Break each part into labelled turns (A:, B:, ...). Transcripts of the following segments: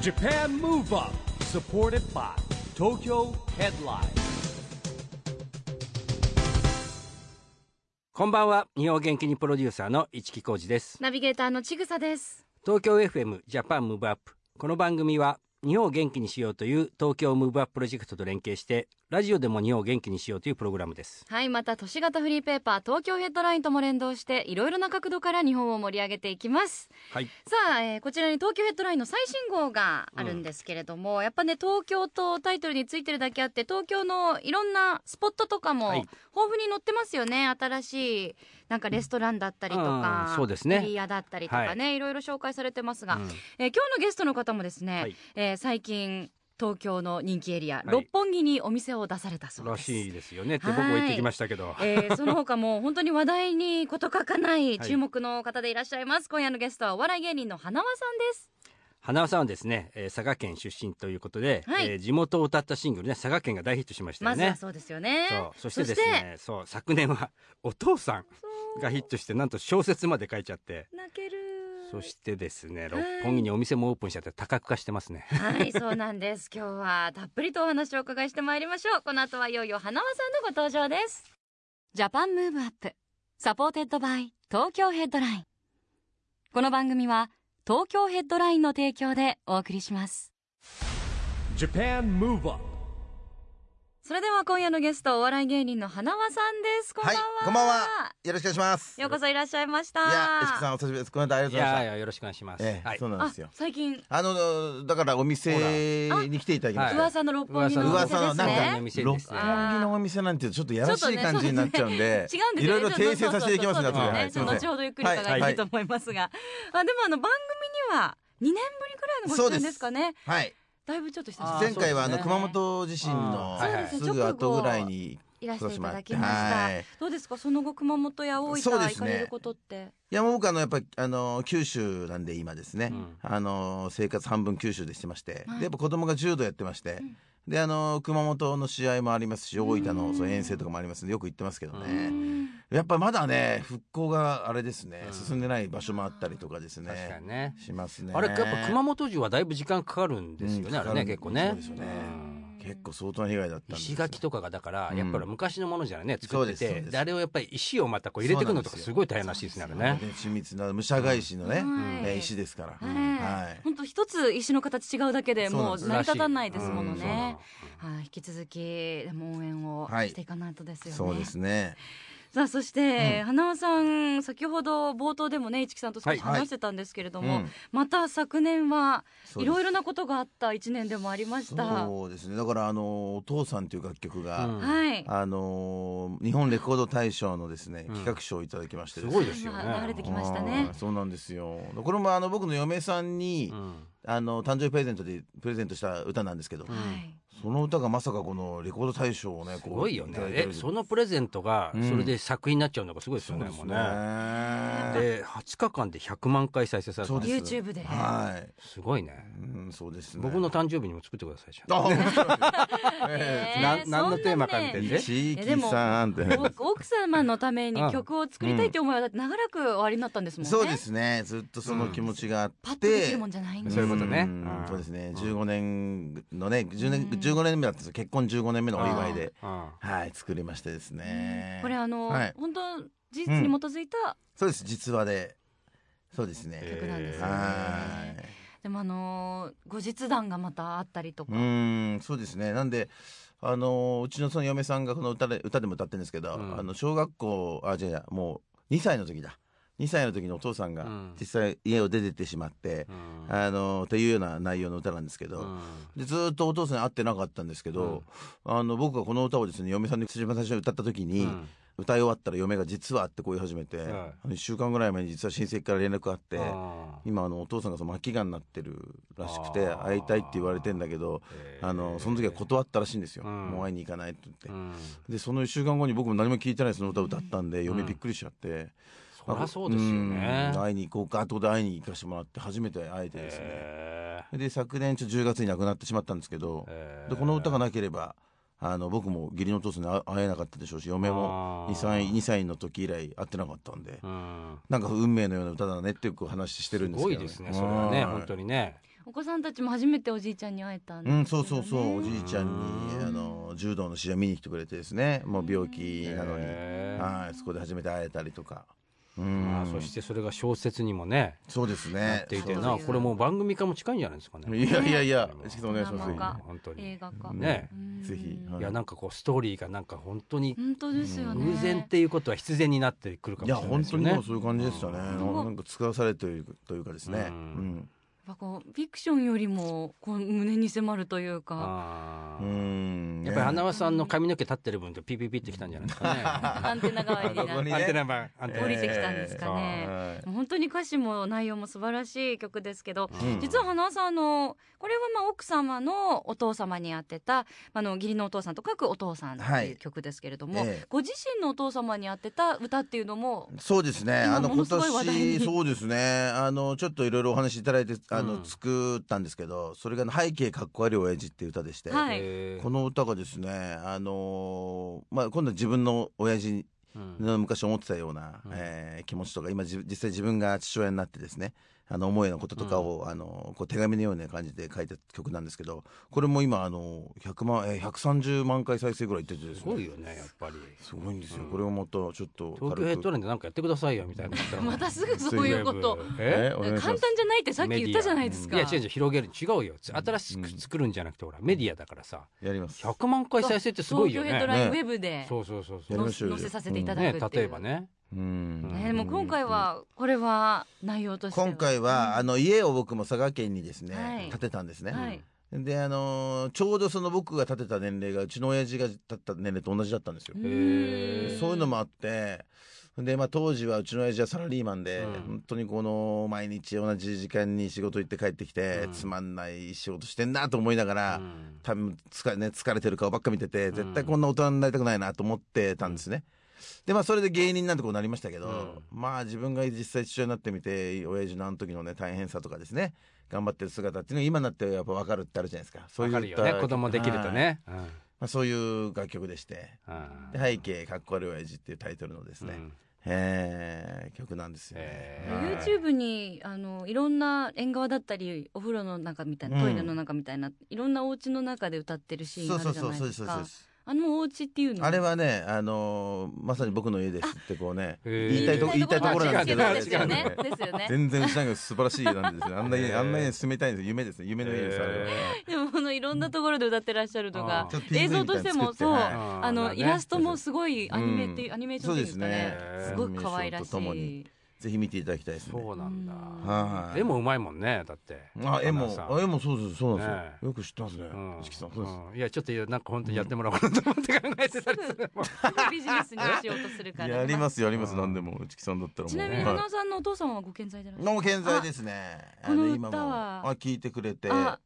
A: Japan Move Up supported by Tokyo Headline
B: こんばんは日本元気にプロデューサーの市木浩司です
C: ナビゲーターのちぐさです。
B: 東京 FM ジャパンムーブアップこの番組は日本を元気にしようという東京ムーブアッププロジェクトと連携してラジオでも日本を元気にしようというプログラムです
C: はい、また都市型フリーペーパー東京ヘッドラインとも連動していろいろな角度から日本を盛り上げていきます。
B: はい
C: さあ、えーこちらに東京ヘッドラインの最新号があるんですけれども、やっぱね東京とタイトルについてるだけあって東京のいろんなスポットとかも
B: はい
C: 豊富に載ってますよね。新しいなんかレストランだったりとか
B: う、んそうですね
C: エリアだったりとかね、い、ろいろ紹介されてますが、
B: うん
C: えー今日のゲストの方もですね、
B: はい
C: えー最近東京の人気エリア、
B: い
C: 六本木にお店を出されたそう
B: ら
C: です。
B: しいですよねって
C: はい
B: 僕も言ってきましたけど
C: えーその他も本当に話題に事欠かない
B: はい
C: 注目の方でいらっしゃいます、今夜のゲストはお笑い芸人の花輪さんです
B: 花輪さんはですね、えー佐賀県出身ということで、
C: はい
B: えー地元を歌ったシングルね佐賀県が大ヒットしましたよ
C: まずは
B: ね、
C: そうですよね
B: そうそしてですねそう昨年は お父さんがヒットしてなんと小説まで書いちゃって
C: 泣ける
B: そしてですね
C: は
B: 六
C: い
B: 本木にお店もオープンしちゃって多角化してますね
C: はいそうなんです今日はたっぷりとお話をお伺いしてまいりましょうこの後はいよいよ花輪さんのご登場ですジャパンムーブアップサポーテッドバイ東京ヘッドラインこの番組は東京ヘッドラインの提供でお送りします
A: Japan Move Up
C: それでは今夜のゲストお笑い芸人の花輪さんですこんばんは、
D: こんばんは。よろしくお願いします。
C: ようこそいらっしゃいました
D: いや、石木さんお久しぶりです。この間ありが
B: い
D: とうござ
B: や
D: いまし
B: い
D: た。
B: やよろしくお願いします、
D: ええ、
B: はい
D: そうなんですよ
C: あ。最近
D: あのだからお店に来ていただきま
B: は
D: した。
B: い
C: 噂の六本木のお店で
D: 噂の
C: す
D: なん
B: 噂の
D: か
C: ね
B: 店で
D: 六
B: すね
D: 本木のお店なんてちょっとやらし
C: ちょっ
D: い
C: とね
D: 感じになっちゃう
C: 違うん
D: んで
C: ですよね
D: いろいろ訂正させていただきますね
C: そうそうそう
D: 後で
C: ね
D: はいす
C: ちょ
D: い
C: っと
D: ませ
C: 後
D: ん
C: ほどゆっくり伺
D: はい
C: いたいと思いますが、あでもあの番組には2年ぶりくらいのご出演ですかね
D: はい
C: だいぶちょっと久し
B: あー
C: ぶ
D: 前
C: り
D: 回はあの
B: そうですね
D: 熊本地震の
B: そうです
C: ね
D: すぐ後ぐらいに
C: いらしていただきました、
D: はい
C: どうですかその後熊本や大分
D: そうで
C: 行
D: す
C: か
D: ね
C: れることって、
D: いやもう僕あのやっぱりあの九州なんで今ですね、
B: うん
D: あの生活半分九州でしてまして、
C: はい
D: でやっぱ子供が柔道やってまして、
C: ん
D: であの熊本の試合もありますし大分
C: う
D: の
C: ん
D: その遠征とかもありますんでよく行ってますけど
B: う
D: ね、
C: うん
D: やっぱまだね復興があれですね、
B: うん
D: 進んでない場所もあったりとかですね
B: 確かにね
D: しますね
B: あれやっぱ熊本城はだいぶ時間かかるんですよね、
D: うん
B: あれね
D: か
B: 結
D: か
B: 構
D: る
B: ね
D: そうですよね
B: うん
D: 結構相当な被害だったんですよ
B: 石垣とかがだから、
D: うん
B: やっぱり昔のものじゃね作って
D: そうです
B: て
D: そうです
B: であれをやっぱり石をまたこう入れてくるのとかすごい大変らしいですねあれね
D: で緻密な武者返しのね、
C: うん
D: えー石ですから、
C: は
D: はいい、
C: 本当一つ石の形違うだけで
D: そうな
C: も
D: ん
C: う
D: です
C: 成り立たないですもの
D: うん
B: そうな
C: ね
B: の。
C: はい、引き続きでも応援を
D: はい
C: していかないとですよね。
D: そうですね
C: さあそして、花輪さん先ほど冒頭でもね市木さんと少し
D: はい
C: 話してたんですけれども、
D: はいうん
C: また昨年は
D: そう
C: い
D: です
C: ろいろなことがあった一年でもありました。
D: そうですねだからあの「お父さん」という楽曲が、
B: うん
C: はい。
D: あのー日本レコード大賞のですね、
B: うん
D: 企画賞をいただきまして
B: すごい
D: で
B: ですよね
C: 今流れてきましたね
D: あー。そうなんですよこれもあの僕の嫁さんに、
B: うん
D: あの誕生日プレゼントでプレゼントした歌なんですけど、
B: ん
C: はい。
D: その歌がまさかこのレコード大賞をね
B: すごいよねえそ
D: ん
B: のプレゼントが
D: うん
B: それで作品になっちゃうのがすごいです
D: そ
B: よ
D: う
B: ね、
D: です
B: もう
D: ね
B: ねで20日間で100万回再生された
D: そうです
C: YouTube で。
D: はい
B: すごいね
D: うんそうですね
B: 僕の誕生日にも作ってくださいじゃん
D: あ本 当だ
C: えー
B: な何のテーマかみた
C: そん
B: い
C: な
B: な
C: ね
B: ね
D: 一木さんって
C: お奥様のため
B: う
C: に
B: ん
C: 曲を作りたいという思いはだって長らくおありになったんですもんね。
D: そうですねずっとその気持ちがあって、
C: パッとできるもんじゃないんです
B: そういうことね
D: ん
B: うん
D: そうですね。
B: うん
D: 15年のね、10
C: うん
D: 年、15年目だったんですよ結婚15年目のお祝いで、
B: うん
D: はい、作りましてですね。
C: これあの、
D: はい
C: 本当事実に基づいた、
D: そうです、実話で。そうですね。
C: 曲なんですよね
D: はい。
C: でもあの後日談がまたあったりとか、
D: うーん、そうですね。なんで、あの、うちのその嫁さんがこの歌で、歌でも歌ってるんですけど、
B: うん
D: あの、小学校、あ、じゃもう2歳の時だ。2歳の時のお父さん
B: う
D: が
B: ん
D: 実際家を出てってしまって、
B: うん
D: あの、っていうような内容の歌なんですけど、
B: うん
D: でずーっとお父さんに会ってなかったんですけど、あの僕がこの歌をですね嫁さんに一番最初に歌った時に、
B: うん
D: 歌い終わったら嫁が「実は」ってこう言い始めて、
B: は
D: あの1週間ぐらい前に実は親戚から連絡があって、
B: あー
D: 今あのお父さんがその末期がんになってるらしくて
B: あー
D: 会いたいって言われてんだけど、
B: へー
D: あのその時は断ったらしいんですよ、
B: うん
D: もう会いに行かないって言って、
B: うん
D: でその1週間後に僕も何も聞いてないその歌を歌ったんで、嫁びっくりしちゃって、
B: そりゃそうですよね
D: うん会いに行こうかってことで会いに行かせてもらって初めて会えてですね、
B: へー
D: で昨年ちょ10月に亡くなってしまったんですけど、
B: へー
D: でこの歌がなければあの僕も義理のお父さんに会会えなかったでしょうし嫁も
B: あー
D: 2, 歳2歳の時以来会ってなかったんで、
B: うん
D: なんか運命のような歌だねっていう話してるんです
B: ご
D: け
B: い
D: ど、
B: ですねそれはね
D: はい
B: 本当にね
C: お子さんたちも初めておじいちゃんに会えたんです
D: う
C: よね、
D: ん、そうそうそう、おじいちゃ
B: う
D: んに、
B: ん
D: あの、柔道の試合見に来てくれてですね、もう病気なのに。
B: へー
D: はい、そこで初めて会えたりとか。う
B: ま
D: ん
B: あ、そしてそれが小説にもね
D: そうです
B: な
D: ね
B: っ。ていて
C: そう
B: な
C: いう
B: これもう番組化も近いんじゃないですかね
D: いやいやいや
B: ね、
D: 石木さんお願いし
C: なん
D: ま
C: か
B: 本当に
C: 映画化、
D: す。
B: ね
C: うん
D: ぜひはい
B: やなんかこうストーリーがなんか本当に
C: 本当ですよね
B: 偶然っていうことは必然になってくるか
D: い
B: もし
D: や
B: れない
D: 本
B: です
D: 当
B: よ
D: に
B: ね。
D: もうそういう感じでしたね。な
C: うん
D: んか使わされているというかですね。
B: う
D: うんん。
C: やっぱこうフィクションよりもこう胸に迫るというか
B: あ
D: う
B: ー
D: ん。
B: やっぱり
D: ね
B: 花輪さんの髪の毛立ってる分とピピピってきたんじゃないですかね。
C: アンテナ代わりにな
D: あ
C: っ
D: そこ
C: て
D: に
B: アンテナ版アンテナ
C: 降りてきたんですかね、
D: えー
C: もう本当に歌詞も内容も素晴らしい曲ですけど、
D: うん
C: 実は花さんあのこれはまあ奥様のお父様に宛てたあの義理のお父さんと書くお父さんと
D: は
C: いう
D: い
C: 曲ですけれども、
D: ええ
C: ご自身のお父様に宛てた歌っていうのも
D: そうですね。
C: 今
D: あの
C: もの
D: 今
C: すごい話題に
D: 年そうですね。あのちょっといろいろお話しいただいてあ
B: う
D: の
B: ん
D: 作ったんですけど、それが背景かっこ悪い親父っていう歌でして、
C: はい
B: えー
D: この歌がですね、あのまあ今度は自分の親父
B: うん
D: の昔思ってたような、
B: うん
D: えー気持ちとか今じ実際自分が父親になってですねあの思いのこととかを、あのこう手紙のような感じで書いた曲なんですけどこれも今あの100万、えー、130万回再生ぐらいいっててですす
B: ご
D: ね
B: いよねやっぱり。
D: すごいんですよ、
B: うん
D: これをまたちょっと
B: 東京ヘッドラインでなんかやってくださいよみたいな。
C: またすぐそういうこと
B: え
D: えお願いしま
C: 簡単
D: す
C: じゃないってさっき言ったじゃないですか
B: いや違う違う広げる違うよ新しく作るんじゃなくてほらメディアだからさ
D: やります
B: 100万回再生ってすごいよ
C: 東京ヘッド
B: ね。
C: ラインウ
D: ね
C: ェブで
B: そうそうそうそ
D: やり
B: う。
D: ましょうよ
C: 載せさせていただく
B: ね
C: ってい
B: 例
C: う
B: えばね。
D: うん
C: ねもう今回はこれは内容としては
D: 今回は、あの家を僕も佐賀県にですね、
C: はい
D: 建てたんですね、
C: はい
D: であのーちょうどその僕が建てた年齢がうちの親父が建った年齢と同じだったんですよ
C: う
B: へ
C: ん
D: そういうのもあってで、まあ、当時はうちの親父はサラリーマンで、
B: うん
D: 本当にこの毎日同じ時間に仕事行って帰ってきて、
B: うん
D: つまんない仕事してんなと思いながら、
B: うん
D: 多分疲れ,、ね、疲れてる顔ばっか見てて
B: ん
D: 絶対こんな大人になりたくないなと思ってたんですね。でまあそれで芸人なんてことになりましたけど、まあ自分が実際父親になってみて親父のあの時のね大変さとかですね頑張ってる姿っていうのが今になってやっぱ分かるってあるじゃないですかそうい
B: わ
D: う
B: かるよね子供できると、
D: はい
B: ね。うん
D: まあ、そういう楽曲でして
B: うん
D: で背景かっこ悪い親父っていうタイトルのですね、
B: うん
D: えー曲なんですよね。
B: へー
D: はい
C: YouTube にあのいろんな縁側だったりお風呂の中みたいな、
D: うん
C: トイレの中みたいないろんなお家の中で歌ってるシーン
D: そう
C: があ
D: そ
C: る
D: う
C: じゃ
D: そう
C: ないで
D: そうです
C: す
D: そうで
C: か
D: す。
C: あのお家っていうの
D: あれはね、あのーまさに僕の家ですってこうね、
B: へー
D: 言いたいとこ言いたいところなん
C: でけ
D: ですすけど
C: ど
B: あ
C: ですよね
B: 違う
C: ですよね
D: 全然うちなんか素晴らしい家なんですよ。あんな
B: へ
D: 家、
B: ー
D: あんな家に住みたいんですよ。夢ですね。夢の家です。あれは
B: へ
C: でもこのいろんなところで歌ってらっしゃるの
B: あ
C: が
B: ー
D: ちょっと PV
C: 映像としても
D: みた
C: そう、
D: いなの
B: あーま
C: あの
D: 作ってはい
B: あね
C: イラストもすごいアニメっていう、
D: うん
C: アニメーションっていうんですかね
B: そうですね
C: すごく可愛らし
D: アニメーションととも
C: い
D: にぜひ見ていただきたいですね。
B: そうなんだ。
D: はい。
B: 絵もうまいもんねだって。
D: あ絵
B: 花
D: も
B: さん
D: あ絵もそうですそうなんで
B: ね
D: すよ。よく知ってますね
B: うん。
D: 石木さんそうです。
B: うんいやちょっといやなんか本当にやってもらおうかなと思って考えてたりするもん。
C: ビジネスにしようとするから
D: やりますやりま
B: う
D: す。
B: ん
D: 何でも内木さんだったらもう。
C: ちなみに
D: はい
C: 花輪さんのお父さんはご健在でらっしゃる
D: の健在ですね。
C: あこの歌は
D: 今もあ聞いてくれて、
C: あ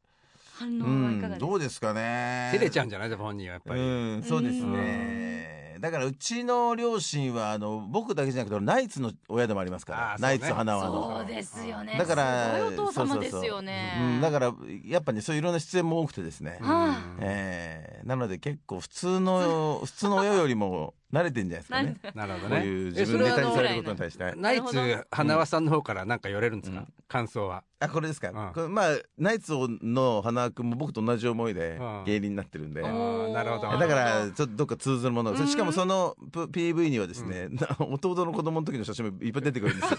C: 反
D: う
C: 応はいかが
D: ん
C: ですか、
D: どうですかね。
B: 照れちゃうんじゃないで本人はやっぱり。
D: うんそうですね。だからうちの両親はあの僕だけじゃなくてナイツの親でもありますか
B: あ
D: ら、
B: そうね
D: ナイツ花輪
B: そ
D: の。
C: そうですよね。
D: だから
C: すごいお父様ですよ
D: う
C: ね
D: ん。だからやっぱねそういういろんな出演も多くてですね。
C: は
D: えーなので結構普通の普通の親よりも慣れてんじゃないですかね。
B: なるほど
D: こう
B: ね。
D: いう
B: え
D: 自
B: そ
D: 分
B: れは
D: ネタ
B: あ
D: にさ
B: の
D: れることに対して。はい
B: ナイ
C: なる
B: ツ花輪さんの方からなんか言われるんですか
D: うん
B: 感想は。
D: あこれですか、
B: うん
D: これまあナイツの花輪君も僕と同じ思いで
B: うん
D: 芸人になってるんで、
B: あ
C: ん
B: ーなるほ
D: え
B: ど。
D: だからちょっとどっか通ずるもの
C: う
D: が
C: ん
D: しかもそのプ PV にはですね、な弟の子供の時の写真もいっぱい出てくるん ですよ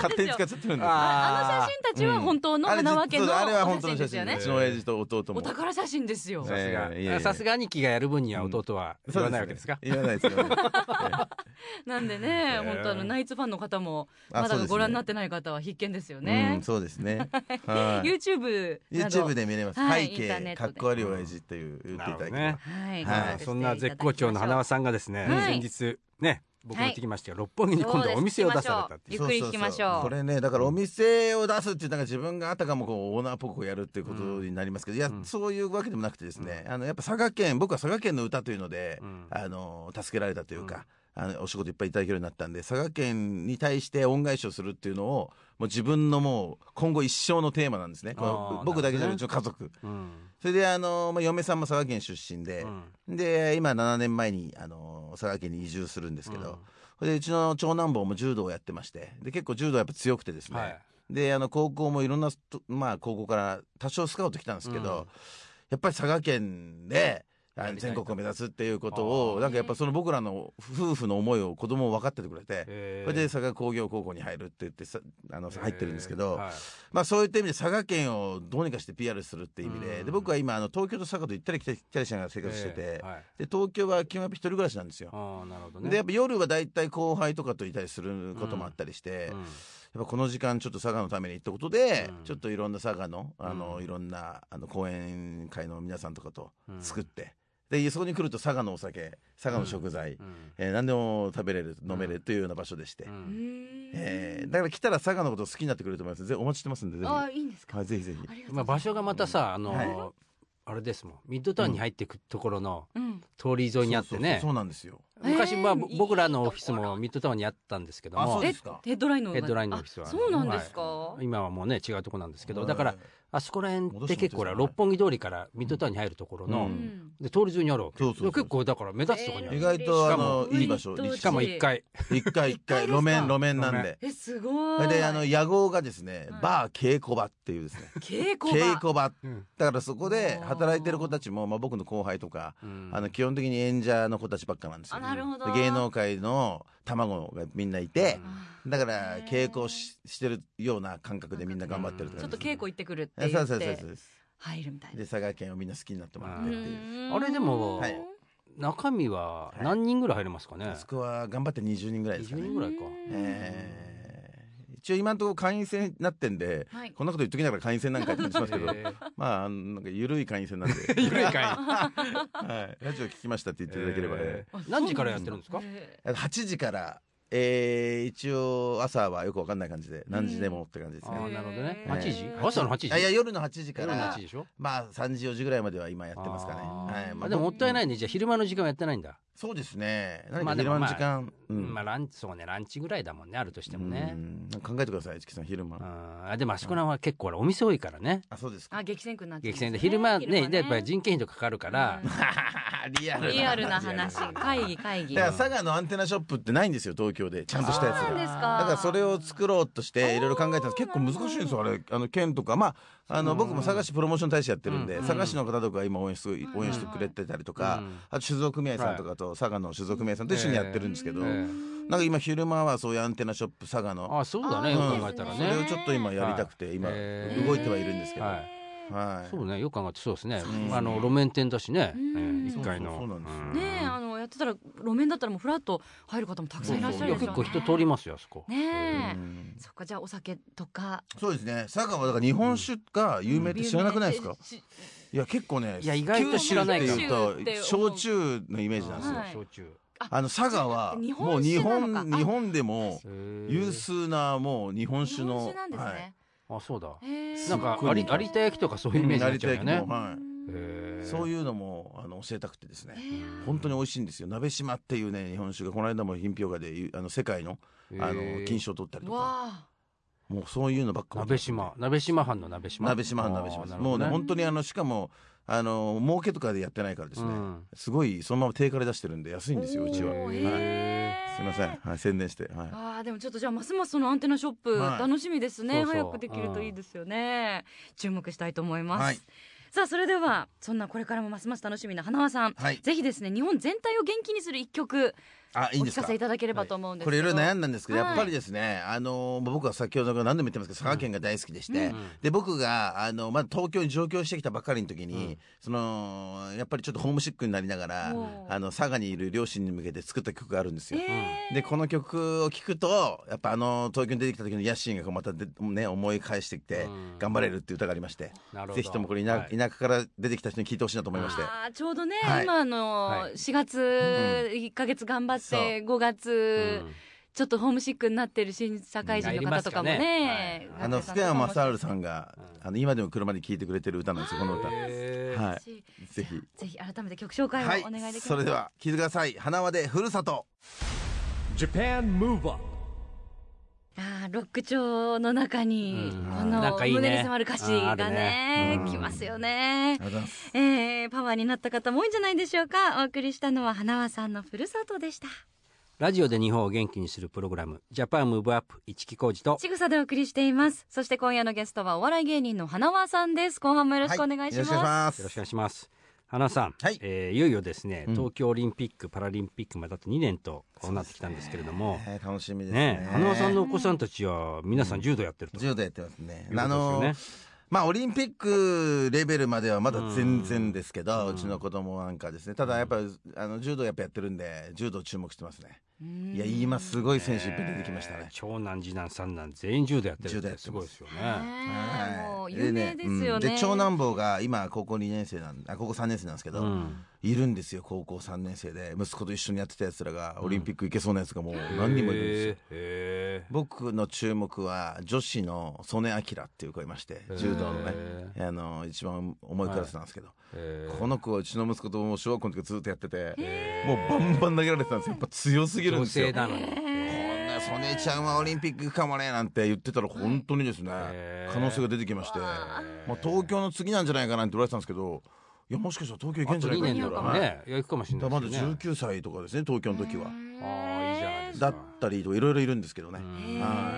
D: 勝手に使っちゃってるんですよ
C: あの写真たちは本当の
D: あれ
C: 花輪家の
D: そうあれは本当
C: 写
D: の
C: 真で
D: 写
C: すよ
D: 真で
C: ね
D: う。ちの親父と弟も
C: お宝写真ですよ。
D: ね
B: さ
D: えーい
B: す
D: やい
B: が
D: や
B: あさすが兄貴がやる分には弟は言わないわけですか。
D: 言わないですよ、ね、
C: なんでね、
B: えー
C: 本当あのナイツファンの方もま
D: あそう
C: だ
D: ですね
C: ご覧になってない方は必見ですよ
D: う
C: ね
D: ん。そうで すね、はい、
C: YouTube など
D: YouTube で見れます、
C: はい
D: 背
C: インターネットで
D: 景かっこ悪い親父という言っていただきます、
C: はい、検索して
D: はい
C: いただきましょう
B: そんな絶好調の花輪さんがですね、
C: は
B: 先
C: い
B: 日ね僕も行ってきましたよ、六本木に今度お店を出されたっていう
C: ゆっくり行きましょう
D: そそそこれねだからお店を出すっていうなんか自分があたかもこうオーナーっぽくやるっていうことになりますけど、いやそういうわけでもなくてですね、あのやっぱ佐賀県僕は佐賀県の歌というので、
B: うん
D: あの助けられたというか、あのお仕事いっぱいいただけるようになったんで佐賀県に対して恩返しをするっていうのをもう自分のもう今後一生のテーマなんですねこ
B: あ
D: の
B: ー
D: 僕だけじゃな
B: な
D: く
B: る
D: てうちの家族。
B: うん
D: それであの、まあ、嫁さんも佐賀県出身で、で今7年前にあの佐賀県に移住するんですけど、
B: うん
D: それでうちの長男坊も柔道をやってましてで結構柔道やっぱ強くてですね、
B: はい
D: であの高校もいろんなスト、まあ、高校から多少スカウト来たんですけど、
B: うん
D: やっぱり佐賀県であ
B: やり
D: の
B: たい
D: 全
B: と
D: 国を目指すっていうこと
B: あ
D: を
B: ー
D: なんかやっぱその僕らの夫婦の思いを子供も分かっててくれて。
B: え
D: それで佐賀工業高校に入るって言ってさあの
B: ー
D: 入ってるんですけ
B: えー
D: ど、
B: はい
D: まあ、そういった意味で佐賀県をどうにかして PR するって意味で,、
B: うん
D: で僕は今あの東京と佐賀と行ったり来たり来たりしながら生活してて、
B: えーはい
D: で東京は基本やっぱ一人暮らしなんですよ。
B: ああなるほどね
D: でやっぱ夜は大体後輩とかといたりすることもあったりして、
B: うん
D: やっぱこの時間ちょっと佐賀のためにってことで、
B: うん
D: ちょっといろんな佐賀のあの、
B: うん
D: いろんなあの講演会の皆さんとかと
B: うん
D: 作って、でそこに来ると佐賀のお酒佐賀の食
B: う
D: 材、
B: ん
D: えー何でも食べれる飲めれるというような場所でして、
B: うん
D: えーだから来たら佐賀のことを好きになってくれると思いますぜお待ちしてますんでぜひ、
C: あ
D: は
C: ーいいんですか
D: い、ぜひぜひ
C: ありがとうございます
B: まあ場所がまたさあの
D: はい
B: ーあれですもんミッドタウンに入ってくところの
C: うん
B: 通り沿いにあってね
D: そうそうそうそうなんですよ
C: そう
B: 昔
C: えー
B: まあ
C: いいところ
B: 僕らのオフィスもミッドタウンにあったんですけど
D: あそ
B: も
D: う
C: え
D: ですか
C: ヘッドラインの
B: ヘッドラインのオフィスは
C: あそうなんですか、
B: はい今はもうね違うとこなんですけどだからあそこら辺って結構ほら
D: 戻
B: 六
D: して
B: 本木通りからミッドタウンに入るところの、
C: う
D: う
C: ん
D: ん
B: で通り沿いにあるわけ
D: そうそうそう
B: 結構だから目立つところにあ
D: 意
B: る、
D: 外とあの
C: しかも
D: いい場所
C: いいと
B: しかも1階
D: 一回一回路面路面なんで
C: えすごい
D: であの屋号がですね、
C: はい
D: バー稽古場っていうですね
C: 稽古場
D: 稽古場
B: うん
D: だからそこで働いてる子たちも、まあ、僕の後輩とか、あの基本的に演者の子たちばっかなんですよ
C: あなるほど
D: 芸能界の卵がみんないて、だから
C: へー
D: 稽古をししてるような感覚でみんな頑張ってる
B: う
D: て
B: ん
C: ちょっと稽古行ってくるって
D: え
C: 言
D: そう
C: っ
D: そうそう
C: て
D: そうです
C: 入るみたい
D: で
C: な
D: 佐賀県をみんな好きになってもらってっていう
B: あれでも
D: はい
B: 中身は
D: はい
B: 何人ぐらい入れますかね、
D: あそこは頑張って20人ぐらいですか
B: 20
D: ね
B: 人ぐらいか
D: えー一応今のところ会員制になってんで、
C: はい
D: こんなこと言っときながら会員制なんかって感じしますけど、
B: え ー
D: まああのなんか緩い会員 制なんで、
B: 緩い会
D: はい、ラジオ聞きましたって言 っていただければね、
B: えー何時からやってるんですか、
D: あと8時から、えー一応朝はよくわかんない感じで何時でもって感じです
B: ああ
D: ね、
B: なるほどね
C: えー
B: 8時朝の8時
D: あいや夜の8時か
B: 夜の
D: ら
B: 8時でしょ
D: まあ3時4時ぐらいまでは今やってますかね
B: あ
D: はい
B: ー
D: ま
B: あ
D: あ、
B: でももったいないいねじゃあ昼間の時間はやってないんだ、
D: そうですね
B: まあで
D: 何か昼
B: も
D: 間
B: まあ
D: の時間、うん
B: まあランチそうねランチぐらいだもんねあるとしてもね、
D: うんなんか考えてください市木さん昼間、
B: うんあでもあそこらは結構ほらお店多いからね
D: あそうです か
C: あ激戦区になっちゃうん
B: 激
C: す
B: 戦で昼間ねでやっぱり人件費とかかかるから、
D: リアルな
C: リアルな話
D: 話
C: 会議会議
D: だから佐賀のアンテナショップってないんですよ東京でちゃんとしたやつ
C: そうなんで
D: がだ
C: すか
D: からそれを作ろうとしていろいろ考えたんです結構難しいんですよあれあの県とかまああの僕も佐賀市プロモーション大使やってるんで、佐賀市の方とか今応援すごい応援してくれてたりとか、
B: うん
D: あと酒造組合さんとかと佐賀の酒造組合さんと一緒にやってるんですけど、
B: ええ
D: なんか今昼間はそういうアンテナショップ佐賀の
B: あそうだねよ
D: あー
B: く考えたら
D: それを
B: ね、
D: ちょっと今やりたくて、今
B: えー
D: 動いてはいるんですけど、
B: は
D: はい
B: そうねよく考えてそうですね
D: ですね
B: あの路面店だしね、え
C: うん
B: ー一階
D: そうそうそ
B: の
D: うなん
C: ねえあのやってたら路面だったらもうフラッと入る方もたくさんいらっしゃ
B: い
C: る
B: や
C: でし
B: 結
C: ょうね
B: 構人通りますよあそこ、
C: ね
D: うん
C: えそっかじゃあお酒とか
D: そうですね佐賀はだから日本酒が有名って知らなくないですか、
C: し
D: いや結構ね
B: いや意外と知らないから
D: 九州っていうと
C: 九州って思う
D: 焼酎のイメージなんですよ、
C: はい
B: 焼酎
D: あの佐賀は
C: 日
D: もう
C: 本酒
D: 日
C: なの
D: 本
C: か
D: 日本でも
B: へー
D: 有数なもう日本
C: 日
D: 酒
C: 本
D: の
C: 酒なんです
D: はい
C: ね
B: あそうだ
C: へえ
B: なんか
D: すっごい
B: 有有田焼きとかそういうイメージになっちゃうよね
D: うん、は
B: へー
D: い、そういうのもあの教えたくてですね
C: へえ
D: 本当に美味しいんですよ鍋島っていうね日本酒がこの間も品評会でいうあの世界のあ
B: へ
D: の
B: ー
D: 金賞を取ったりとか
C: わあ
D: もうそういうのばっか
B: 鍋島鍋島藩の鍋島
D: 鍋島
B: あー
D: 鍋島です
B: なるほ
D: もう
B: ど
D: ね本当にあのしかもあの儲けとかでやってないからですね、
B: うん
D: すごいそのまま定価で出してるんで安いんですようちは、
C: おー
D: はい、
C: へ
D: す
C: え
D: いません、はい、宣伝してはい
C: あーでもちょっとじゃあますますそのアンテナショップ
D: はい
C: 楽しみですね、
B: そうそう
C: 早くできるといいですよね、注目したいと思います、
D: はい
C: さあそれではそんなこれからもますます楽しみな花輪さん、
D: はい
C: ぜひですね日本全体を元気にする一曲
D: あいい
C: お
D: んで
C: 聞
D: す
C: か
D: か
C: せいただければと思うんです
D: これ
C: け
D: い
C: ど、
D: ろいろ悩んだんですけど、
C: はい
D: やっぱりですね、あの僕は先ほどから何度も言ってますけど佐賀県が大好きでして、で僕があのまだ東京に上京してきたばかりの時に、
B: うん
D: そのやっぱりちょっとホームシックになりながら
C: おー
D: あの佐賀にいる両親に向けて作った曲があるんですよ。
C: えー
D: でこの曲を聴くとやっぱあの東京に出てきた時の野心がこうまたで、ね、思い返してきて、
B: うん
D: 頑張れるっていう歌がありまして
B: なるほど
D: ぜひともこれ田,、
B: はい
D: 田舎から出てきた人に聴いてほしいなと思いまして。
C: あーちょうどね、
D: はい
C: 今あの、
B: はい
C: 4月1か月頑張っ
D: そう
C: て5月、ちょっとホームシックになってる新社会人の方とかもね,、
B: うん
D: あの福山雅治さんが
B: うん
D: あの今でも車で聴いてくれてる歌なんですよこの歌。
B: は
D: はい
C: い
D: ぜひ。
C: ぜひ改めて曲紹介をお
D: はい、
C: 願いできますか、
D: それでは聞いてください花輪でふるさと
A: Japan Move Up
C: あーロック調の中に、
B: うん
C: この
B: なんかいいね
C: 胸に迫る歌詞がね
B: あーあるねうん
C: きますよね、
D: ありがとうございます
C: えーパワーになった方も多いんじゃないでしょうかお送りしたのは花輪さんのふるさとでした
B: ラジオで日本を元気にするプログラムジャパンムーブアップ一木工事と
C: ちぐさでお送りしていますそして今夜のゲストはお笑い芸人の花輪さんです後半もよろしくお願いします,、
D: はい、よろしくお願いし
B: よろし
D: ます
B: くお願いします。花さん、
D: はい
B: えーいよいよですね、
D: うん
B: 東京オリンピック・パラリンピックまであと2年とこうなってきたんですけれども、
D: ね楽しみですね
B: ね花輪さんのお子さんたちは皆さん柔道やってると。
D: 柔道やってますね
B: いうことですよね
D: あのまあオリンピックレベルまではまだ全然ですけど、うちの子供なんかですねただやっぱりあの柔道やっぱやってるんで柔道注目してますねいや今すごい選手いっぱい出てきました
B: えー、
D: ね
B: 長男次男三男全員柔道やってるっ
D: 柔道や
B: て
D: って
B: す
D: ま
B: ごい
D: す
B: ですよ
C: へ
B: ね。
C: ーもう
D: はい
C: 有名ですよ
D: うん
C: ね
D: で長男坊が今高校2年生なんあ高校3年生なんですけど、
B: うん
D: いるんですよ高校3年生で息子と一緒にやってたやつらがオリンピック行けそうなやつがもう何人もいるんですよ、
B: へ
D: 僕の注目は女子の曽根明っていう子いまして
B: ー
D: 柔道のね
B: へ
D: あの一番重いクラスなんですけど、
B: ーへー
D: この子はうちの息子ともう小学校の時からずっとやっててもうバンバン投げられてたんですよやっぱ強すぎるん
B: 女
D: ですよ
B: 性
D: こん
B: なのに。
D: な曽根ちゃんはオリンピック行くかもねなんて言ってたら本当にですね
B: へー
D: 可能性が出てきまして、まあ、東京の次なんじゃないかなって言われてたんですけどいやもしかしたら東京行
B: あ
D: けんじ
B: と
D: ゃない
B: 2
D: かな
B: 年だからね、いや行くかもしれな
D: だ
B: い
D: からまだ
B: ですよね。
D: 19歳とかですね東京の時は
B: ああいいじゃないです
D: だ
B: か。
D: ったりとかいろいろいるんですけどね
B: うん
D: は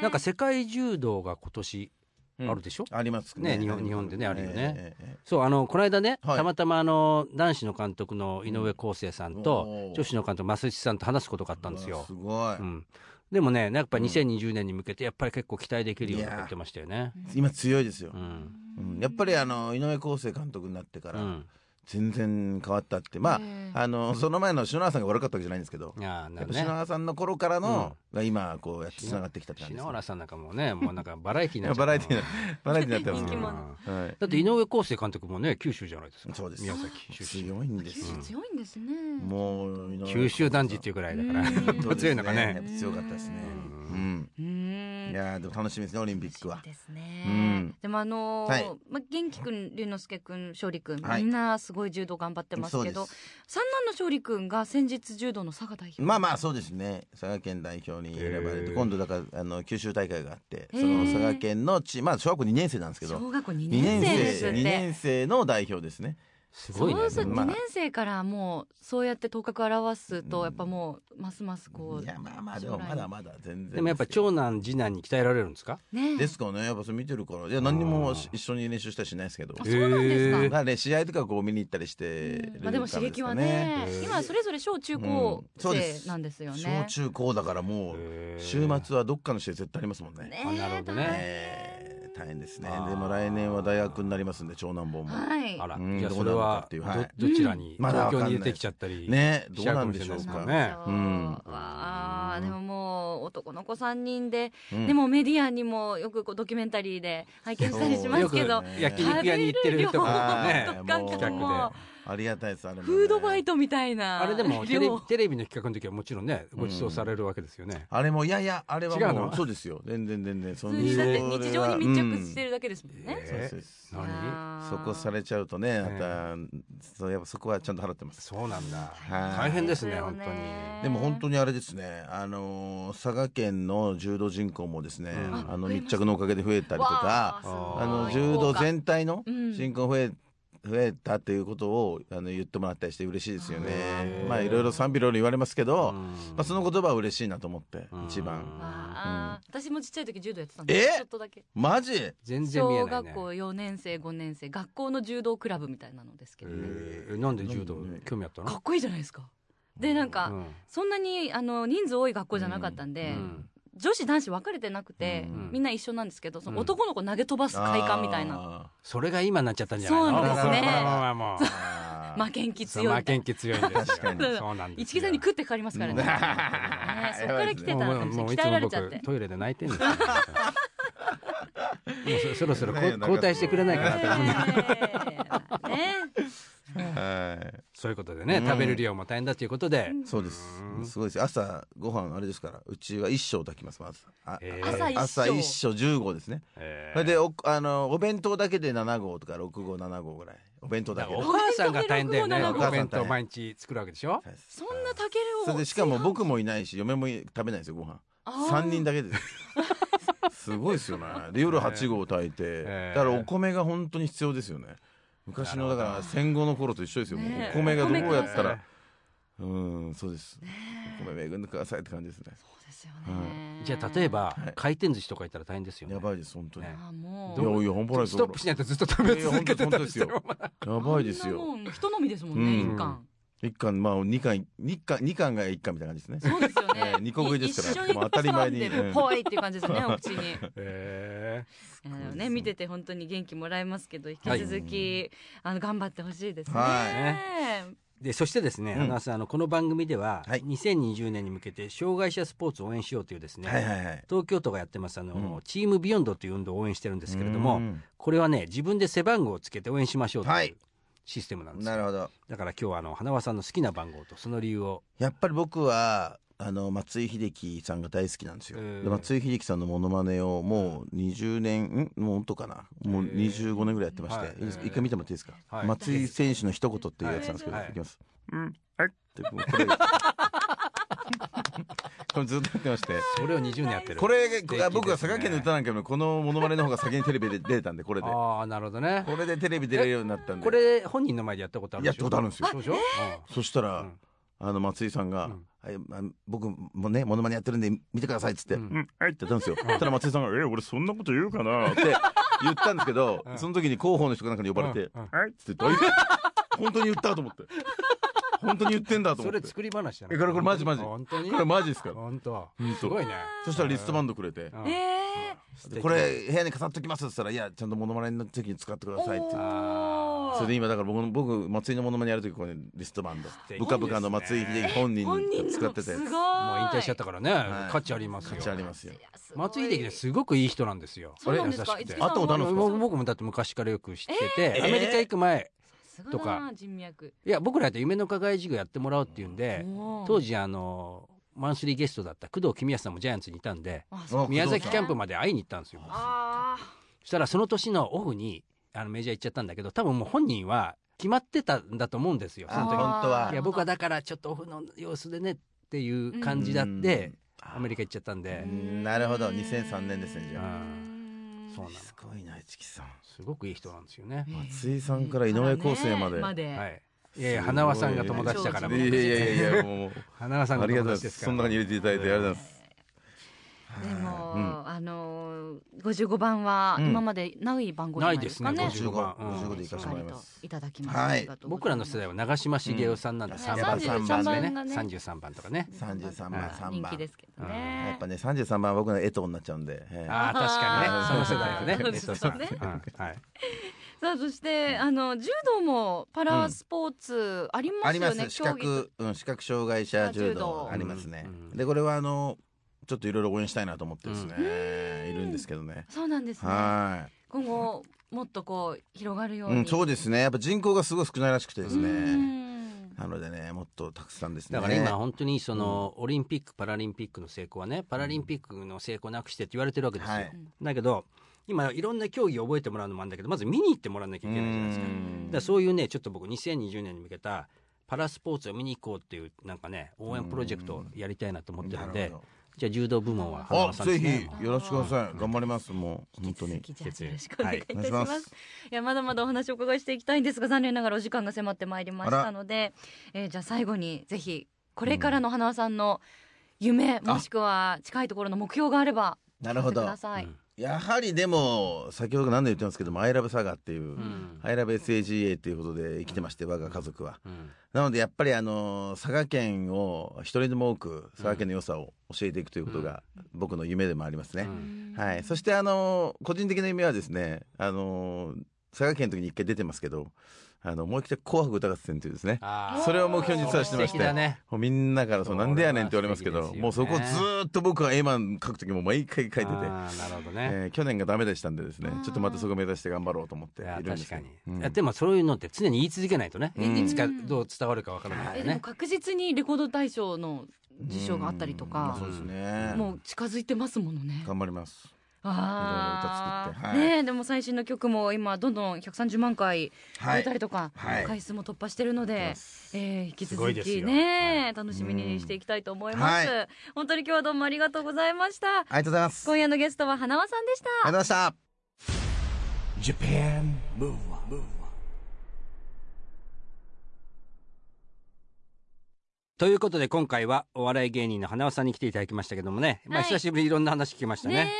B: なんか世界柔道が今年
D: うん
B: あるでしょ。
D: いあります
B: ね日本日本でねあるよね
D: えええええ
B: そうあのこの間ね、
D: はい
B: たまたまあの男子の監督の井上康生さんと、
D: うん
B: 女子の監督増渕さんと話すことがあったんです
D: う
B: よ
D: わす。ごい、
B: うん、でもねやっぱ2020年に向けてやっぱり結構期待できるようなこと言ってましたよね。
D: 今強いですよ
B: う、ん
D: うんやっぱりあの井上康生監督になってか
B: う
D: ら、
B: ん、
D: 全然変わったってまあ,、あのその前の篠原さんが悪かったわけじゃないんですけど
B: いやーな
D: やっ
B: るね
D: ぱ篠原さんの頃からの、が今こうやってつながってきたって感じで
B: 篠
D: すね
B: 原さんなんかもうねもうなんかバラエティーになっちゃ
D: バ
B: った
D: ラエティーなバラエティーになってま
C: 人
D: す
C: 気
D: ね
C: 者
D: はい
B: だって井上康生監督もね九州じゃないですか
D: そうです
B: 宮崎出身
D: 強いんですよ、
C: 強いんですね
D: もう井上
B: 九州男児っていうくらいだから
C: うん
B: 本当 強いのか
D: や
B: ね
D: っぱ強かったですねうん、
C: うーん
D: いやーでも楽しみですねオリンピックは
C: です
D: う
C: ね
D: ん。
C: でもあのー
D: はい
C: まあ元気くん、龍之介くん、勝利くん、
D: はい
C: みんなすごい柔道頑張ってますけ
D: そ
C: ど
D: うで、
C: 三男の勝利くんが先日柔道の佐賀代表。
D: まあまあそうですね佐賀県代表に選ばれて、
B: へー
D: 今度だからあの九州大会があってそ
C: へ
D: の
C: ー
D: 佐賀県のチームまあ小学校2年生なんですけど
C: 小学校2
D: 2
C: 年
D: 年
C: 生ですっ
D: 生
C: て。
D: 2年生の代表ですね
B: す
C: そ
B: ごいね
C: うそう、
D: まあ
C: 2年生からもうそうやって頭角を現すとやっぱもうますますこう
D: いやまあまあでもまだまだ全然
B: でもやっぱ
D: ですけど
B: 長男次男に鍛えられるんですか
C: ね
D: ですかねやっぱそれ見てるからいや何にもし一緒に練習したりしないですけど
C: あそうなんですか
B: へ
D: だ
B: ー
D: からね試合とかこう見に行ったりしてる
C: まあでも刺激は
D: から
C: ね
D: ですか
C: 今それぞれ小中高
D: うんそう
C: 生
D: です
C: なんですよ
D: 小
C: ね、
D: 中高だからもう
B: へー
D: 週末はどっかの試合絶対ありますもんね
C: ね
B: あなるほどね
D: えー大変ですね
B: あー
D: でも来年は大学になりますんで長男坊も
C: はい
B: あら
D: うん
B: じゃあ
D: どう
B: それ
D: なのか
B: は
D: っていうはい
B: どどちらに
D: うんまだわ
B: 東京
D: かんない
B: に出てきちゃったり
D: ね
B: し
D: ど
B: ち
D: う
B: ゃう
D: な
B: か
D: ん
B: もし
D: で
B: れ
D: し
B: な
D: ょ
B: いうですか
D: から
B: ね
D: うん
C: わあでももう男の子3人で、
D: うん
C: でもメディアにもよくこうドキュメンタリーで拝見したりします
B: よく
C: けど、
D: そう
B: 焼肉屋に行ってるとか
D: はい
B: ね
C: ガンガン
B: 企画で
D: ありがたいですあれもね
C: フードバイトみたいな
B: あれで もテレ
C: 量
B: ビテレビの企画の時はもちろんねご馳走されるわけですよね
D: あれもいやいやあれは
B: 違う
D: も
B: の
D: うそうですよ全然全然そ
C: 普
D: の
C: 通にだって日常に密着して
D: る、
C: るだけですもんね、
D: うんそうで
B: え
D: すそうです
C: いや
B: 何
C: ー
D: そこされちゃうとねまた、そうやっぱそこはちゃんと払ってます
B: そうなんだ
D: はい
B: 大変です
C: そう
B: ね
C: よ
B: 本当に
D: でも本当にあれですね、あのー佐賀県の柔道人口もですね、
B: ん
D: あの
C: 増え
D: 密
C: ました
D: 着のおかげで増えたりと
C: わあ
D: か、
C: すごい
D: あの
B: ー
D: 柔道全体の
C: うん
D: 人口増え、増えたっていうことをあの言ってもらったりして嬉しいですよね。まあいろいろ賛否いろいろ言われますけど、
B: うん
D: まあその言葉は嬉しいなと思って
B: うん
D: 一番。
C: わあ私もちっちゃい時柔道やってたんです
D: え
C: ちょっとだけ
D: マジ？
B: 全然見え
C: 小
B: ない
C: 学
B: ね
C: 校4年生5年生学校の柔道クラブみたいなのですけどね、
B: えーなんで柔道興味あったの
C: かっこいいじゃないですかでなんか、
B: うん
C: そんなにあの人数多い学校じゃなかったん
B: う
C: で、
B: ん
C: 女子男子分かれてなくて、
B: うん
C: みんな一緒なんですけどその
B: うん
C: 男の子投げ飛ばす快感みたいな、
D: な。
B: それが今になっちゃったんじゃないの
C: そうなんですね
B: このままもう
D: あー
C: 負けん気
B: そう
C: 強い
B: まあ
C: みたい
B: 元気強いんですよ
D: 確 かに
B: そうなんですよ
C: 一木さんに食ってかかりますから ねねえそっから来てた
B: もう
C: の
B: もういつ
C: 鍛えら
B: も
C: れちゃって
B: 僕トイレで泣いてるんですよもうそそろそろこう
D: いやいや
B: 交代してくれないかなと思う
C: ええねえ
D: はい。
B: そういうことでね食べる量も大変だということで
D: そうです。すごいです。朝ご飯あれですから、うちは一升炊きます。まず。あ
B: へ
D: あ
B: ー
C: 朝一升
D: 朝一升十合ですね。
B: え
D: それでおあのお弁当だけで七合とか六合七合ぐらい。お弁当だけ
B: ー
D: で
B: お。母さんが大変だよね
C: お
B: お
C: 弁当で
B: 弁当毎日作るわけでしょ
C: そんなたけるを
D: それでしかも僕もいないし、嫁もい食べないんですよご飯。三人だけです。すごいです よね。で夜八合炊いて、
B: え
D: だからお米が本当に必要ですよね。昔のだから戦後の頃と一緒ですよ。もう
C: ねえ
D: お米がどうやった
B: お米
D: ら、うんそうです。お米恵んでくださいって感じですね
C: そうですよね。
B: じゃあ例えば、
D: はい
B: 回転寿司とか行ったら大変ですよね
D: やばいです本当に、
B: ね
C: あも
D: いうやいや本当ないです
B: ストップしないとずっと食べ続けてたりして
D: いや
B: もまだ
D: やばいです
C: あん
D: よ
C: なもん人のみですもんね、
D: うん
C: 一貫。
D: 一貫まあ二貫二貫二貫が一貫みたいな感じですね
C: そうですよね
D: え。え二個食いですから
C: 一緒に
D: もう当たり前に
C: 挟んで
D: うん
C: るぽいっていう感じ ですよね、お口に。
B: へ
C: あのね、見てて本当に元気もらえますけど、引き続き、あの頑張ってほしいですね。
D: は
B: ー でそしてですね、
D: うん
B: 花輪さんあのこの番組では、
D: はい
B: 2020年に向けて障害者スポーツを応援しようというですね、
D: はいはいはい
B: 東京都がやってますあの、
D: うん
B: チームビヨンドという運動を応援してるんですけれど
D: う
B: も
D: ん
B: これはね自分で背番号をつけて応援しましょうと
D: は
B: いう
D: い
B: システムなんですよ、
D: なるほど
B: だから今日はあの花輪さんの好きな番号とその理由を
D: やっぱり僕はあの松井秀喜さんが大好きなんですよ、
B: うん
D: で松井秀喜さんのモノマネをもう20年、ん、もう本当かなもう
B: へえ
D: 25年ぐらいやってまして、
B: はい
D: いいですか一回見てもらっていいですか、
B: はい
D: 松井選手の一言っていうやつなんですけど、
B: はい
D: い、きますうんはいってもうこれこれずっとやってまして
B: それを20年やってる
D: これ
B: ですね
D: 僕は佐賀県の歌なんかよりもこのモノマネの方が先にテレビで出れたんでこれでこ
B: ああなるほどね
D: れでテレビ出れるようになったんで
B: これ本人の前でやったことあるでしょ
D: やったことあるんですよ
B: そうでしょ、
D: そしたら、
B: うん
D: あの松井さんが、
B: うん
D: はいあ僕もねモノマネやってるんで見てくださいっつって
B: う
D: 「うんん、はい」って言ったんですよ。そしたら松井さんが「え俺そんなこと言うかな」って言ったんですけど、
B: うん
D: その時に広報の人かなんかに呼ばれて
B: う
D: 「
B: んうん
D: はい」っつって言ってあ「本当に言った」と思って本当に言ってんだ
B: う
D: と
B: ん
D: 思
B: そ
D: って
B: れ作り話じゃない
D: えこれこれマジマジ
B: 本当に
D: これマジですから
B: 本当
D: うん
B: すごいね
D: そしたらリストバン
B: ド、
D: ドくれて
B: うん
C: ねえ
D: 「これ部屋に飾っときます」っつったら「いやちゃんとモノマネの時に使ってください」って
C: お。ー
D: それで今だから僕の僕松井のモノマネやる時これリストバンド
B: 敵
D: 部下部下の松井秀喜本人
C: 本人
D: が
C: の
D: 使ってた
C: すご
D: や
B: も
C: い。
D: つ
B: う引退しちゃったからね、
D: い
B: 価値ありますよ
D: 価値ありますよ
C: すごい
B: 松井秀喜ねすごくいい人なんですよ
C: そうなんですか。
B: 優しくて
C: 五木さん
D: 会ったことあるんですか
B: 僕僕もだって昔からよく知ってて、
D: えー
B: アメリカ行く前
C: すごい
B: とか
C: な人脈。
B: いや僕らやったら夢の課外授業やってもらおうっていうんで、当
C: 時
B: 時あのマンスリーゲストだった工藤公康さんもジャイアンツにいたんで
D: あ
B: 宮崎キャンプ
C: も。
B: まで会いに行ったんですよ
C: ああ。
B: そしたらその年のオフにあのメジャー行っちゃったんだけど多分もう本人は決まってたんだと思うんですよそ
D: あ
B: の時
D: 本当はい
B: や僕はだからちょっとオフの様子でねっていう感じだって、アメリカ行っちゃったんで、
D: うんなるほど2003年ですねじ
B: う
D: ゃあ
B: んそうなの
D: すごいな市木さん
B: すごくいい人なんですよね、
D: 松井さんから井上康生まで
C: まで。
B: はいいやいや花輪さんが友達だから
D: いやいやいやいやもう
B: 花輪さん
D: あ
B: が
D: りがと
B: 友
D: うございま
B: 達ですすから
D: その中に入れていただいてありがとうございます
C: でも、
D: うん
C: あの五十五番は
D: うん
C: 今までない番号じゃないですかね。
B: ないですね
D: 55番
B: うん
D: 55でい
C: し
D: か
C: っ
D: せて
C: か
D: もらい
C: り
D: ま
C: と
D: す
C: いただきます。
D: はい
C: ありがとうご
B: 僕
C: ざ
B: ら
C: い
B: の
C: ます
B: 世代は長嶋茂雄さんなんで
D: うん
B: 3
D: やっ
B: 番
D: ぱ33番ね
B: 三十三番とかね。
D: 33番
C: が
D: 3
C: 人気
D: 番
C: ですけど
D: や
C: ね
D: っ。ぱね33番は僕の江藤になっちゃうんでええ
B: ああ確かにね、その世代はね、
C: そう
B: レ
C: で
B: ッ
C: す
B: ド
C: ね
B: さん。うんはい。
C: さあそしてあの柔道もパラスポーツありま
D: あ
C: す
D: りま
C: よね。
D: す視
C: 競技
D: 覚うん視覚障害者柔
C: 柔道
D: 道ありますね
B: うん
D: でこれはあのちょっといろいろ応援したいなと思ってですねいるんですけどね
C: そうなんですね。
D: はい
C: 今後もっとこう広がるよう
D: う
C: に。
D: ん、そうですね。やっぱ人口がすごい少ないらしくてです
C: う
D: ね。
C: ん
D: なのでね、もっとたくさんですね。
B: だから今本当にそのオリンピックパラリンピックの成功はね、パラリンピックの成功なくしてって言われてるわけですよ
D: は。い
B: だけど今いろんな競技を覚えてもらうのもあるんだけど、まず見に行ってもらわなきゃいけないじゃないですか。だからそういうねちょっと僕2020年に向けたパラスポーツを見に行こうっていうなんかね応援プロジェクトをやりたいなと思ってるんで、じゃあ柔道部門は花
D: あ、
B: 輪さんで
D: ぜ
B: すね。
D: ひよろしくお願い。頑張ります。もう本当に。
C: じゃあよろしくお願いいたし
D: はいお願
C: ま
D: いします
C: す。いやまだまだお話をお伺いしていきたいんですが残念ながらお時間が迫ってまいりましたので、えーじゃあ最後にぜひこれからの花輪さんの夢、もしくは近いところの目標があれば
D: な
C: お
D: る
C: 聞かせ
D: ほ
C: く
D: ど
C: だ。さい。
D: やはりでも先ほど何度言ってますけども、アイラブサガっていう。
B: うん
D: アイラブ SAGA ということで生きてまして、我が家族は。
B: うん
D: なのでやっぱりあの、佐賀県を一人でも多く佐賀県の良さを教えていくということが僕の夢でもありますね。はい、そしてあの個人的な夢はですねあの佐賀県の時に一回出てますけどあのもう一回「紅白歌合戦」というですね
B: あー
D: それを目標に実はしてまし
B: 素敵
D: て
B: だね
D: もうみんなからそう「なんでやねん」って言われますけど
B: それは素敵ですよね
D: もうそこをずーっと僕は絵マン描く時も毎回描いてて、
B: あーなるほどね、
D: えー去年がダメでしたんでですねちょっとまたそこ目指して頑張ろうと思ってい
B: いや
D: るんです
B: 確
D: け
B: か
D: ど
B: に、
D: う
B: い
D: ん
B: やでもそういうのって常に言い続けないとね、
D: うん
B: いつかどう伝わるかわからないか
C: え
B: ら
C: でも
B: ね、
C: 確実にレコード大賞の受賞があったりと
D: うんま
C: か
D: あ、そうですね
C: もう近づいてますものね。
D: 頑張ります
C: あ
D: いろいろ歌作
C: あ、
D: ってはい
C: ねえでも最新の曲も今どんどん130万回超えたりとか、
D: はい
C: 回数も突破してるので、えー引き
B: すご
C: 続
B: いです
C: き
B: よ
C: ね、楽しみにしていきたいと思います、
D: うんは
C: 本当に今日はどうもありがとうございました
D: ありがとうございますあ
C: 今夜のゲストは花輪さんでした
D: りがとうございました
A: Japan Move Up
B: ということで今回はお笑い芸人の花輪さんに来ていただきましたけどもね、ま
C: は
B: あ
C: い
B: 久しぶりにいろんな話聞きましたね。
C: ね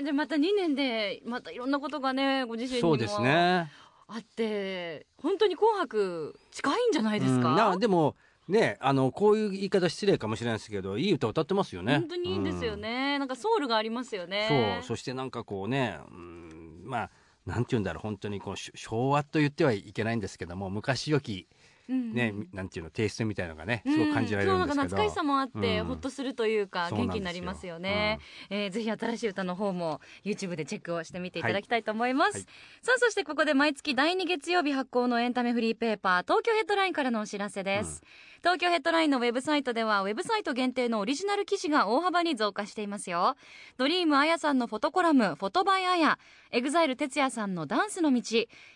C: え、でまた2年でまたいろんなことがねご自
B: は
C: 身
B: い、
C: にも
B: そうですね。
C: あって本当に「紅白」近いんじゃないですか、
B: うんなでもねあのこういう言い方失礼かもしれないですけどいい歌歌ってますよね
C: 本当にいいんですよ、ね、なんかソウルがありますよ
B: うん
C: ね
B: そうそしてなんかこうね、うん、まあなんて言うんだろう本当にこうし昭和と言ってはいけないんですけども昔よき
C: うん
B: ね、なんていうのテイストみたいのがね
C: うん
B: すごく感じられるんです
C: そうな
B: け
C: んか
B: ど、
C: 懐かしさもあって、
B: うん
C: ほっとするというか
B: そうなん
C: 元
B: ですよ
C: 気になりますよね、えーぜひ新しい歌の方も YouTube でチェックをしてみていただきたいと思います、
B: はいはい
C: さあそしてここで毎月第2月曜日発行のエンタメフリーペーパー東京ヘッドラインからのお知らせです、東京ヘッドラインのウェブサイトではウェブサイト限定のオリジナル記事が大幅に増加していますよドリームあやさんのフォトコラム「フォトバイあや」エグザイル哲也さんの「ダンスの道」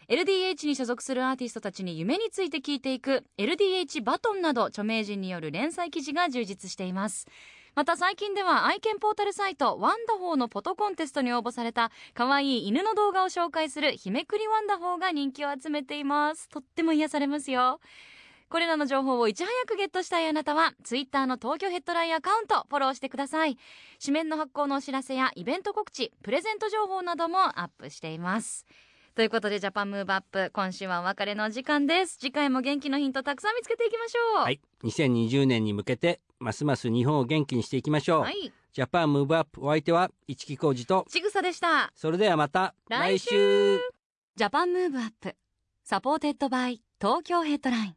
C: LDH に所属するアーティストたちに夢について聞いていく LDH バトンなど著名人による連載記事が充実していますまた最近では愛犬ポータルサイトワンダホーのフォトコンテストに応募された可愛い犬の動画を紹介する「日めくりワンダホー」が人気を集めていますとっても癒されますよこれらの情報をいち早くゲットしたいあなたは、ツイッターの東京ヘッドラインアカウント、フォローしてください。紙面の発行のお知らせやイベント告知、プレゼント情報などもアップしています。ということで、ジャパンムーブアップ、今週はお別れのお時間です。次回も元気のヒントたくさん見つけていきましょう。
B: はい、2020年に向けてますます日本を元気にしていきましょう、
C: はい。
B: ジャパンムーブアップお相手は市木浩二と
C: ちぐさでした。
B: それではまた来
C: 来
B: 週
C: ジャパンムーブアップ、サポーテッドバイ東京ヘッドライン。